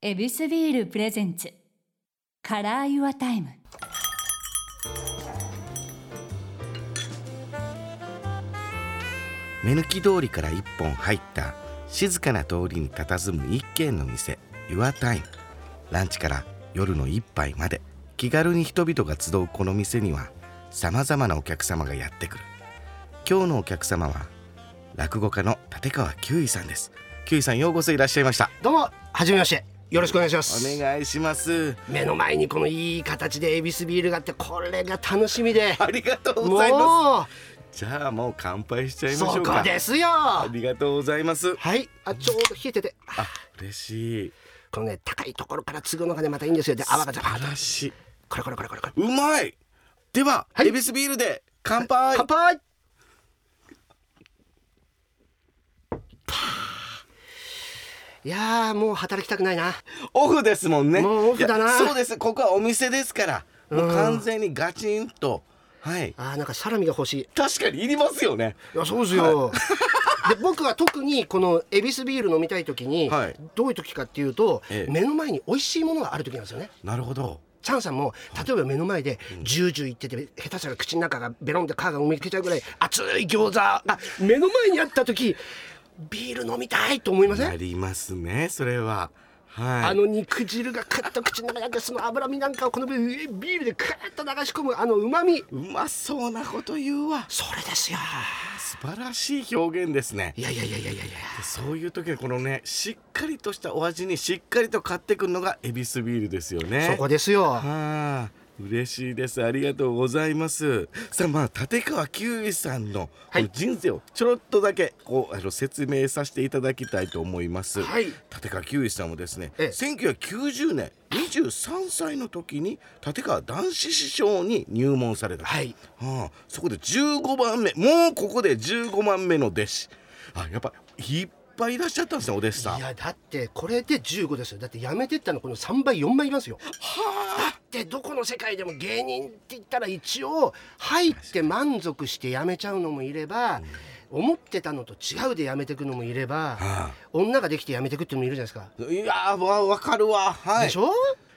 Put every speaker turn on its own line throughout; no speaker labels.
エビスビールプレゼンツカラーユアタイム
目抜き通りから一本入った静かな通りに佇む一軒の店 YourTime ランチから夜の一杯まで気軽に人々が集うこの店にはさまざまなお客様がやってくる今日のお客様は落語家の立川九衣さんです九衣さんようこそいらっしゃいました
どうもはじめましてよろしくお願いしま
お
す
願いします
目の前にこのいい形でエビスビールがあってこれが楽しみで
ありがとう
も
ございますじ
う
ゃあもう乾杯しちゃいまし
そ
ょうか
こですよ
あ
は
りがとうございます
いあちょうど冷えてて
あ嬉しい
このね高いところから継ぐのがねまたいいんですよで泡がザ
素
バッ
晴らしい
これこれこれこれこれ
うまいでは、
はい
エビスビールで乾杯
乾杯いやーもう働きたくないな
オフですもんね
もうオフだない
やそうですここはお店ですからもううん完全にガチンと、はい
あーなんかサラミが欲しい
確かにいりますよね
いやそうですよ、で僕は特にこのエビスビール飲みたい時に、
はい
どういう時かっていうと、
ええ
目の前に美味しいものがある時なんですよね
なるほど
チャンさんも例えば目の前でジュージュー言ってて下手したら口の中がベロンって皮が埋めけちゃうぐらい熱い餃子が目の前にあった時ビール飲みたいと思いません、
なりますねそれははい
あの肉汁がカッと口の中にあってその脂身なんかをこのビールでカッと流し込むあのうまみ
うまそうなこと言うわ
それですよ
素晴らしい表現ですね
いやいやいやいやいやいや
そういう時はこのねしっかりとしたお味にしっかりと買ってくるのがエビスビールですよね
そこですよ、
はあ、嬉しいです。ありがとうございます。さあ、まあ、立川久衣さんのこ
はい
の人生をちょろっとだけ、こう、あの、説明させていただきたいと思います。
はい
立川久衣さんもですね、
ええ
1990年、23歳の時に、立川男子師匠に入門された。
はい
はあ、そこで15番目、もうここで15番目の弟子。あ、やっぱ、いっぱいいらっしゃったんですね、お弟子さん。
いやだってこれで15ですよだってやめてったのこの3倍4倍いますよだってどこの世界でも芸人って言ったら一応入って満足してやめちゃうのもいれば、思ってたのと違うでやめてくのもいれば、
は
女ができてやめてくってのもいるじゃないですか、
あ、いやー、わ、わかるわ。はい。
でしょ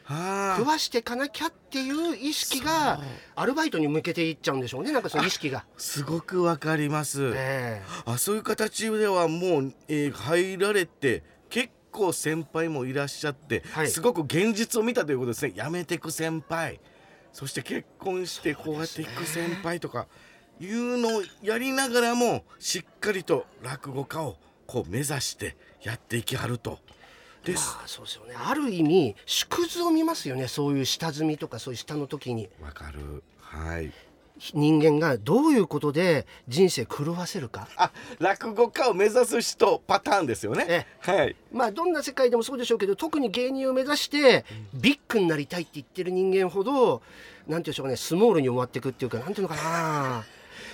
はあ
食わしてかなきゃっていう意識がアルバイトに向けていっちゃうんでしょうねなんかその意識が、
すごくわかります。
ええ
あそういう形ではもう、えー入られて結構先輩もいらっしゃって、
はい
すごく現実を見たということですね。やめてく先輩、そして結婚してこうやっていく先輩とかいうのをやりながらもしっかりと落語家をこう目指してやっていきはるとです。
まあそうですよねある意味縮図を見ますよねそういう下積みとかそういう下の時に
わかる。はい。
人間がどういうことで人生狂わせるか
あ落語家を目指す人パターンですよね。はい。
まあどんな世界でもそうでしょうけど特に芸人を目指してビッグになりたいって言ってる人間ほどなんていうんでしょうかねスモールに終わっていくっていうかなんていうのかな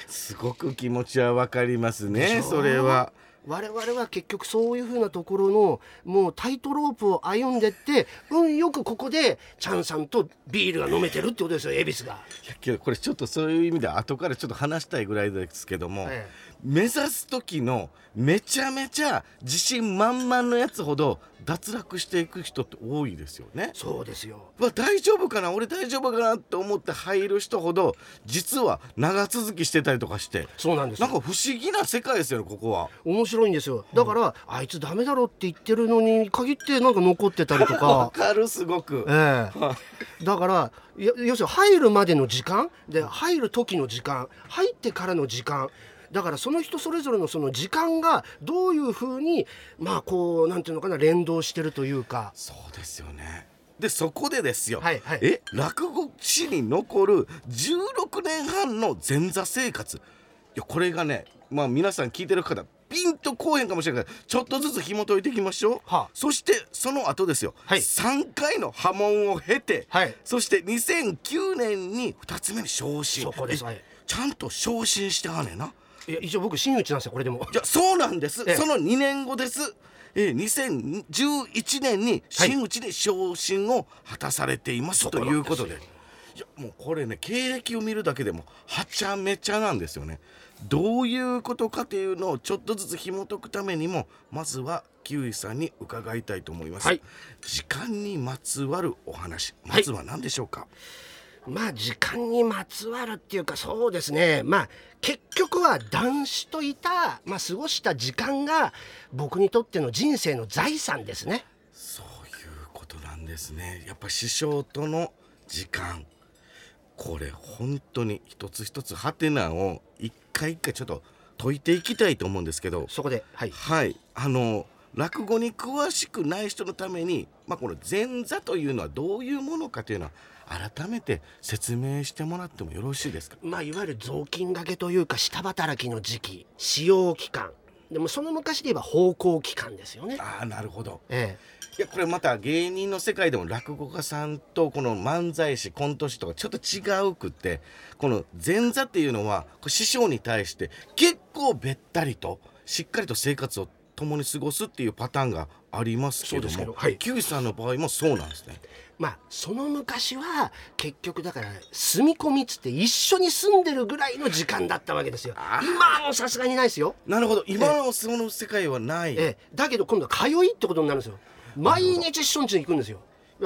すごく気持ちはわかりますね
でしょ
それは
我々は結局そういうふうなところのもうタイトロープを歩んでって運よくここでチャンさんとビールが飲めてるってことですよ恵比寿が。
いやけどこれちょっとそういう意味では後からちょっと話したいぐらいですけども、
ええ
目指す時のめちゃめちゃ自信満々のやつほど脱落していく人って多いですよね。
そうですよ
うわ大丈夫かな俺大丈夫かなって思って入る人ほど実は長続きしてたりとかして
そうなんです
なん
よ
か不思議な世界ですよねここは。
面白いんですよだから、あいつダメだろって言ってるのに限ってなんか残ってたりと
わ
か
かるすごく。
ええ、だからや要するに入るまでの時間で入る時の時間入ってからの時間だからその人それぞれのその時間がどういうふうにまあこうなんていうのかな連動してるというか
そうですよねでそこでですよ、
はいはい
え落語史に残る16年半の前座生活いやこれがねまあ皆さん聞いてる方ピンとこうへんかもしれないからちょっとずつ紐解いていきましょう、
はあ
そしてその後ですよ、
はい
3回の波紋を経て、
はい
そして2009年に2つ目に昇進
そこです
え
はい
ちゃんと昇進してはねんない
や一応僕真打ちなんですよこれでも
いやそうなんです、
ええ
その2年後です、えー、2011年に真打ちで昇進を果たされています、ということでいやもうこれね経歴を見るだけでもはちゃめちゃなんですよねどういうことかというのをちょっとずつ紐解くためにもまずはキウイさんに伺いたいと思います、
はい
時間にまつわるお話まずは何でしょうか、
まあ時間にまつわるっていうかそうですねまあ結局は男子といた、まあ、過ごした時間が僕にとっての人生の財産ですね。
そういうことなんですねやっぱ師匠との時間これ本当に一つ一つハテナを一回一回ちょっと解いていきたいと思うんですけど
そこで、はい、
はいあの落語に詳しくない人のために、まあ、この前座というのはどういうものかというのは改めて説明してもらってもよろしいですか
まあ、いわゆる雑巾掛けというか下働きの時期使用期間でもその昔で言えば奉公期間ですよね。
ああなるほど
え
いやこれまた芸人の世界でも落語家さんとこの漫才師コント師とかちょっと違うくってこの前座っていうのはこう師匠に対して結構べったりとしっかりと生活を共に過ごすっていうパターンがありますけ
そうで
ど
すけど
も
はい
木内さんの場合もそうなんですね。
え、まあその昔は結局だから住み込みっつって一緒に住んでるぐらいの時間だったわけですよ。
あー
今はもうさすがにないですよ。
なるほど今のその世界はない、
ええ、だけど今度は通いってことになるんですよ毎日師匠んちに行くんですよ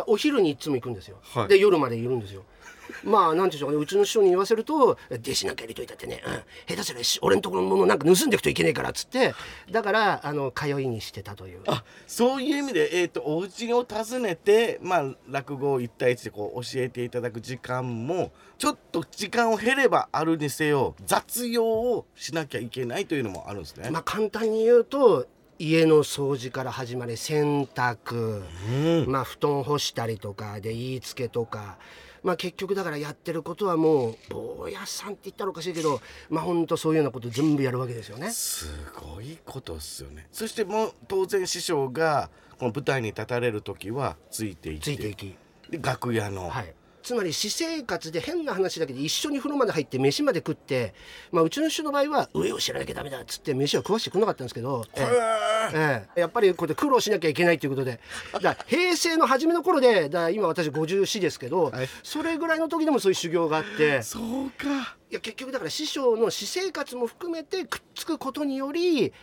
お昼にいつも行くんですよ、
はい
で夜までいるんですよ まあなんていうんでしょうかねうちの師匠に言わせると「弟子なんか入れといたってね、うん下手すりゃし俺のところのものなんか盗んでいくといけねえから」っつってだからあの通いにしてたという
あそういう意味で、えー、とお家を訪ねて、まあ、落語を一対一でこう教えていただく時間もちょっと時間を減ればあるにせよ雑用をしなきゃいけないというのもあるんですね。
まあ簡単に言うと家の掃除から始まり洗濯、
うん
まあ、布団干したりとかで言いつけとか、まあ、結局だからやってることはもう坊やさんって言ったらおかしいけど、まあ、ほんとそういうようなこと全部やるわけですよね。
すごいことですよね。そしてもう当然師匠がこの舞台に立たれる時はついてい
つ
て
いていき、
で楽屋の、
はい、つまり私生活で変な話だけど一緒に風呂まで入って飯まで食って、まあ、うちの人の場合は上を知らなきゃダメだっつって飯は食わしてくれなかったんですけど。ええええ、やっぱりこれで苦労しなきゃいけないということ でだから平成の初めの頃でだから今私54ですけど、
はい
それぐらいの時でもそういう修行があって
そうか
いや結局だから師匠の私生活も含めてくっつくことにより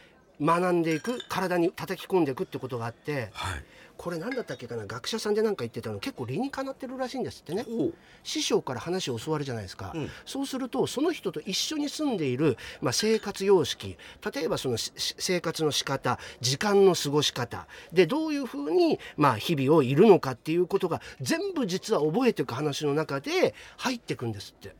学んでいく体に叩き込んでいくってことがあって
はい
これ何だったっけかな学者さんで何か言ってたの結構理にかなってるらしいんですってね
ほう
師匠から話を教わるじゃないですか、
うん
そうするとその人と一緒に住んでいる、まあ、生活様式例えばそのしし生活の仕方時間の過ごし方でどういうふうに、まあ、日々をいるのかっていうことが全部実は覚えていく話の中で入っていくんですって
へ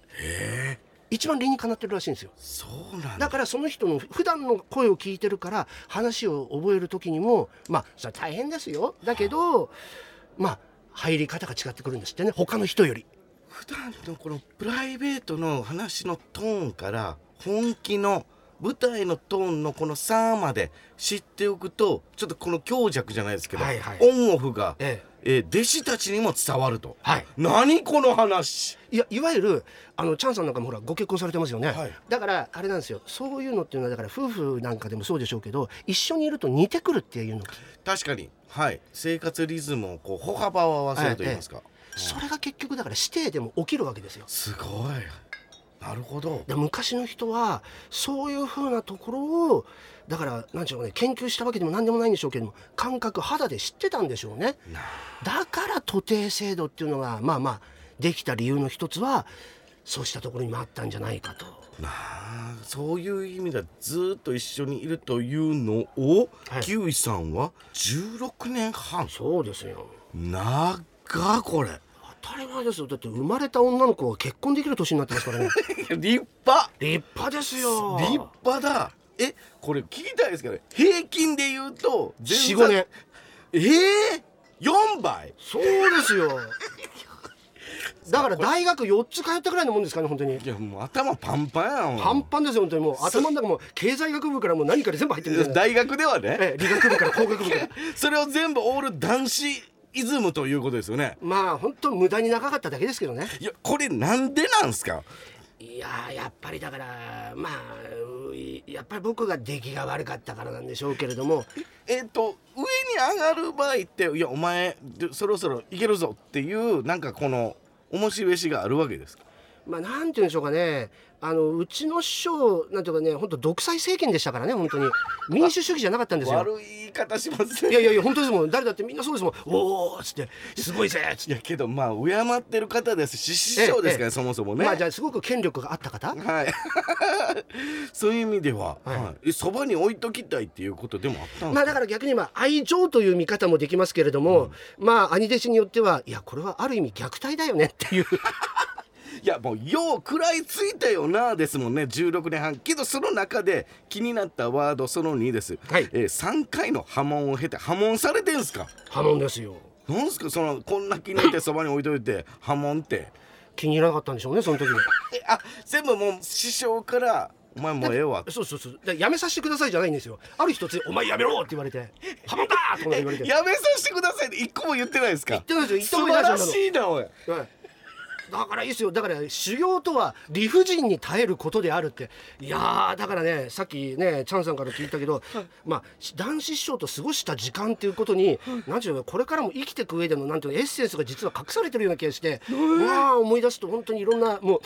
え
一番理にかなってるらしいんですよ。
そうなん
だ
だ
からその人の普段の声を聞いてるから話を覚える時にもまあそれは大変ですよだけどまあ入り方が違ってくるんですってね他の人より。
普段のこのプライベートの話のトーンから本気の舞台のトーンのこの差まで知っておくとちょっとこの強弱じゃないですけど、
はいはい
オンオフが、
ええ
えー弟子たちにも伝わると。
はい、
何この話
いやいわゆるあのチャンさんなんかもほらご結婚されてますよね、
はい
だからあれなんですよそういうのっていうのはだから夫婦なんかでもそうでしょうけど一緒にいると似てくるっていうの
確かに、はい、生活リズムをこう歩幅を合わせると言いますか、
それが結局だから師弟でも起きるわけですよ。
すごいなるほど
で昔の人はそういう風なところをだから何でしょうね研究したわけでも何でもないんでしょうけども感覚肌で知ってたんでしょうね
な
だから徒弟制度っていうのがまあまあできた理由の一つはそうしたところにもあったんじゃないかと
なあそういう意味ではずっと一緒にいるというのを、
はい
キウイさんは16年半
そうですよ
長っこれ
当たり前ですよだって生まれた女の子は結婚できる年になってます からね
立派
立派ですよ
立派だえこれ聞きたいですけど平均で言うと前座
45年
ええ4倍
そうです よだから大学4つ通ったぐらいのもんですかね本当に
いやもう頭パンパンやん
パンパンですよ本当にもう頭の中もう経済学部からもう何から全部入ってるんですよ
大学ではね
ええ理学部から工学部 から
それを全部オール男子イズムということですよね
まあ本当無駄に長かっただけですけどね
いやこれなんでなんすか
いやーやっぱりだからまあういやっぱり僕が出来が悪かったからなんでしょうけれども
えっ、と上に上がる場合って「いやお前でそろそろいけるぞ」っていうなんかこの面白いしがあるわけですか
まあなんて言うんでしょうかねあのうちの師匠なんていうかね本当独裁政権でしたからね 本当に民主主義じゃなかったんですよ。
悪い言い方します
い
ね
やいやいや本当ですもん誰だってみんなそうですもん「おお」っつって「すごいぜ」っつっ
い
て、
やけどまあ敬ってる方ですし師匠ですから、
ええ
そもそもね、
まあじゃあすごく権力があった方
はい そういう意味では、
はい
はいえそばに置いときたいっていうことでもあったんです
まあだから逆にまあ愛情という見方もできますけれども、まあ兄弟子によってはいやこれはある意味虐待だよねっていう
いやもうよう食らいついたよなですもんね16年半けどその中で気になったワードその2です、
はい
えー、3回の波紋を経て波紋されてんすか
波紋ですよ
なんすかそのこんな気に入ってそばに置いといて波紋って
気に入らなかったんでしょうねその時に
えあ全部もう師匠から「お前もうええわ」
そうそうそうだからやめさせてくださいじゃないんですよある日突然「お前やめろ!」って言わ れて「波紋だ!」とか言われて
やめさせてくださいって一個も言ってないですか
言ってないですよ
素
一個も言
晴
ってな
ら
いですよ
しいなおい
はいだからいいですよだから修行とは理不尽に耐えることであるっていやーだからねさっきねチャンさんから聞いたけど、まあ男子師匠と過ごした時間っていうことに何ていうのこれからも生きていく上でのなんていうのエッセンスが実は隠されてるような気がして、まあ思い出すと本当にいろんなも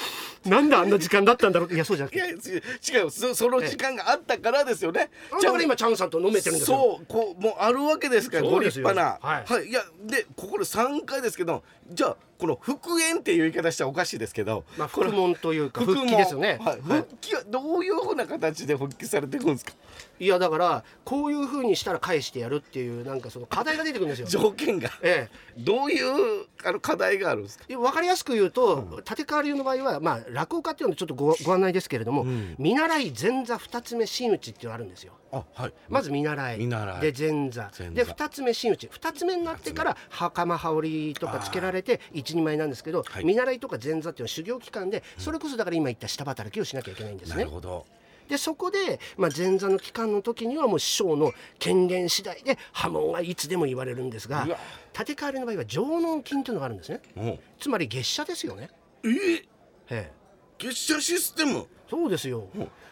うなんであんな時間だったんだろうっていやそうじゃなく
い
て
やち違うそその時間があったからですよね
だから今チャンさんと飲めてるんですよ。
そうこうもうあるわけですから
そ
ご
うで
立
すよ
派な
はい
いやでここで3回ですけどじゃあこの復縁っていう言い方したらおかしいですけど
まあ
これ
復門というか
復門
復帰ですよね。
はい
はい
復帰はどういうふうな形で復帰されていくんですか
いやだからこういう風にしたら返してやるっていうなんかその課題が出てくるんですよ。
条件が
ええ
どういうあの課題があるんですか
分かりやすく言うと、立川流の場合は、まあ、落語家っていうのはちょっとごご案内ですけれども、見習い前座二つ目真打ちっていうのがあるんですよ。
あはい
まず見習い
見習い
で前座
前座
で二つ目真打ち二つ目になってから袴羽織とかつけられて一人前なんですけど、
はい
見習いとか前座っていうのは修行期間でそれこそだから今言った下働きをしなきゃいけないんです
な
ね
る。ほど
でそこで、まあ、前座の期間の時にはもう師匠の権限次第で波紋はいつでも言われるんですが
うわ
立て替わりの場合は上納金というのがあるんですね
うん
つまり月謝ですよね、
え
ええ、
月謝システム
そうですよ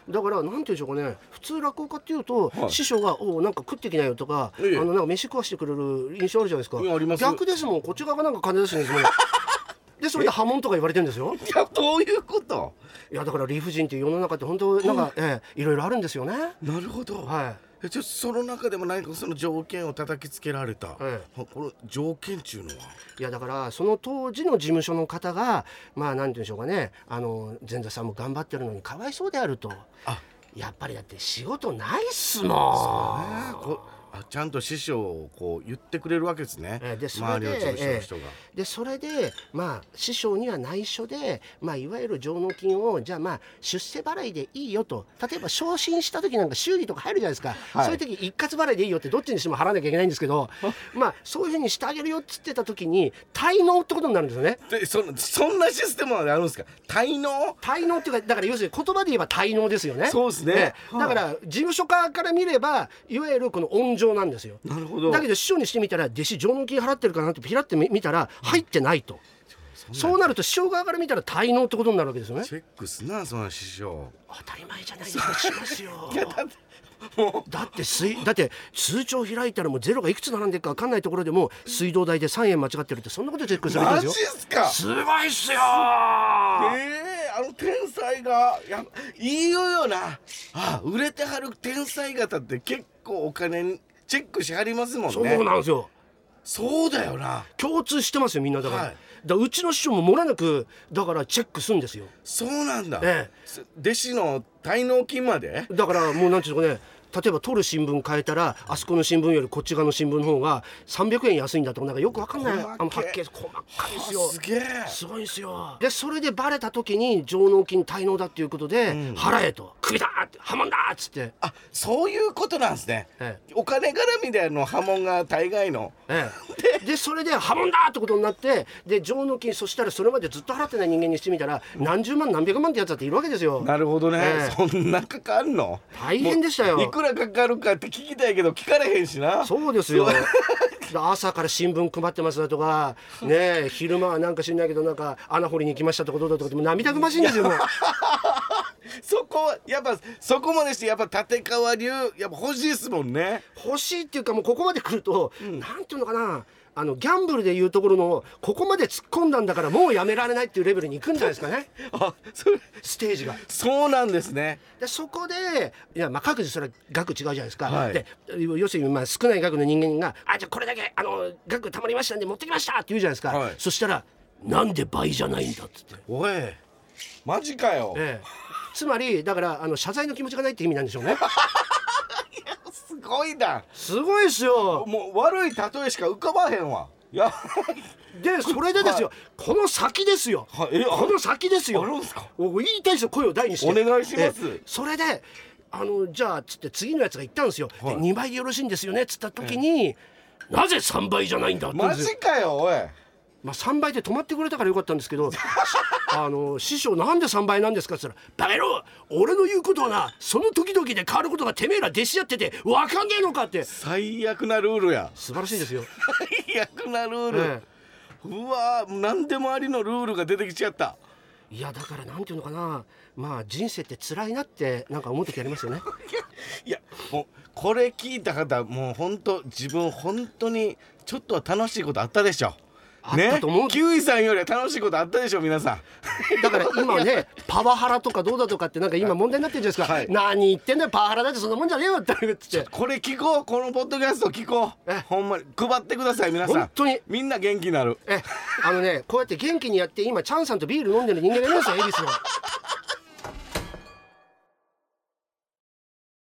だからなんて言うんでしょうかね普通落語家っていうと、
はい
師匠が「おうなんか食ってきなよ」とか、
ええ
あのなんか飯食わしてくれる印象あるじゃないですか
いやあります
逆ですもんこっち側がなんか金出すん ですもんでそれで波紋とか言われてるんですよ
いやどういうこと
いやだから理不尽っていう世の中って本当なんか、ええ、いろいろあるんですよね
なるほど
はい
えじゃあその中でも何かその条件を叩きつけられた、
え
あこの条件中のはい
やだからその当時の事務所の方がまあ何て言うんでしょうかねあの前座さんも頑張ってるのにかわいそうであると
あ
やっぱりだって仕事ないっすもん
あーこあちゃんと師匠をこう言ってくれるわけですね、
ええでそれ
周り
で
の上司の人が、
でそれでまあ師匠には内緒で、まあ、いわゆる上納金をじゃあまあ出世払いでいいよと例えば昇進した時なんか修理とか入るじゃないですか、
はい
そういう時一括払いでいいよってどっちにしても払わなきゃいけないんです けどまあそういうふうにしてあげるよっつってた時に滞納ってことになるんですよね。
でそんなそんなシステムまであるんですか滞納
滞納っていうかだから要するに言葉で言えば滞納ですよね。
そうですねはい
だから事務所側から見ればいわゆるこの温情なんですよ。
なるほど
だけど師匠にしてみたら弟子上納金払ってるかなってピラって見見たら入ってないと。そうなると師匠側から見たら滞納ってことになるわけですよね。
チェックすなその師匠
当たり前じゃないですかしますよ。
だっても
だって水だって通帳開いたらもうゼロがいくつ並んでるか分かんないところでもう水道代で3円間違ってるってそんなことチェック
う
するん
マ
で
ジっ
すよ。
すか
すごいっすよ
ええあの天才がや言うよなあ売れてはる天才方って結構お金にチェックしはりますもんね
そうなんですよ。
そうだよな
共通してますよみんなだから,、
はい
だからうちの師匠ももれなくだからチェックするんですよ
そうなんだ、
え
す弟子の滞納金まで
だからもうなんていうんですかね例えば取る新聞変えたらあそこの新聞よりこっち側の新聞の方が300円安いんだとかなんかよくわかんない
細けえ
あの発見細かいですよ
あすげえ
すごいですよでそれでバレた時に上納金滞納だっていうことで、払えと「首だ!」って「破門だ!」っつって、
あそういうことなんですね、
え
お金絡みでの波紋が大概の
ええ、でそれで破門だってことになってで上納金そしたらそれまでずっと払ってない人間にしてみたら何十万何百万ってやつだっているわけですよ。
なるほどね、
ええ
そんなかかんの
大変でしたよ
もういくらかかるかって聞きたいけど聞かれへんしな
そうですよ。朝から新聞配ってますだとか、ねえ、昼間はなんか知んないけど、なんか穴掘りに行きましたってことだとか、もう涙ぐましいんですよ。もう
そこはやっぱそこまでしてやっぱ立川流やっぱ欲しいですもんね
欲しいっていうか、もうここまで来ると、なんていうのかな。あのギャンブルでいうところのここまで突っ込んだんだからもうやめられないっていうレベルに行くんじゃないですか ね
あそれ
ステージが。
そうなんですね
でそこでいやまあ各自それは額違うじゃないですか、
はい
で要するにまあ少ない額の人間が「あじゃあこれだけあの額たまりましたんで持ってきました」って言うじゃないですか、
はい
そしたら「なんで倍じゃないんだ」っつって。
おいマジかよ
ええ、つまりだからあの謝罪の気持ちがないって意味なんでしょうね
すごいな
すごいですよ
もう悪い例えしか浮かばへんわいや
でそれでですよ、この先ですよ、
はいえあ
この先ですよ
あるんすか
お言いたいですよ声を大にして
お願いします
ええそれであのじゃあつって次のやつが言ったんですよ、
はい
で2倍でよろしいんですよねっつった時に、なぜ3倍じゃないんだって言うん
マ
ですよ
ジかよおい
まあ、3倍で止まってくれたからよかったんですけど あの師匠なんで3倍なんですかって言ったら「バカ野郎俺の言うことはなその時々で変わることがてめえら弟子やってて分かんねえのか」って
最悪なルールや
素晴らしいですよ。
最悪なルール、
え
うわー何でもありのルールが出てきちゃった
えいやだからなんていうのかなまあ人生って辛いなってなんか思う時ありますよね。
いやもうこれ聞いた方もう本当自分本当にちょっとは楽しいことあったでしょ
あったと思う
ね、キウイさんよりは楽しいことあったでしょ皆さん
だから今ねパワハラとかどうだとかってなんか今問題になってるじゃないですか。
はい
何言ってんだよパワハラだってそんなもんじゃねえよって言って。
これ聞こうこのポッドキャスト聞こう
え
ほんまに配ってください皆さん
本当に
みんな元気になる
えあのねこうやって元気にやって今チャンさんとビール飲んでる人間がいるんですよ恵比寿の。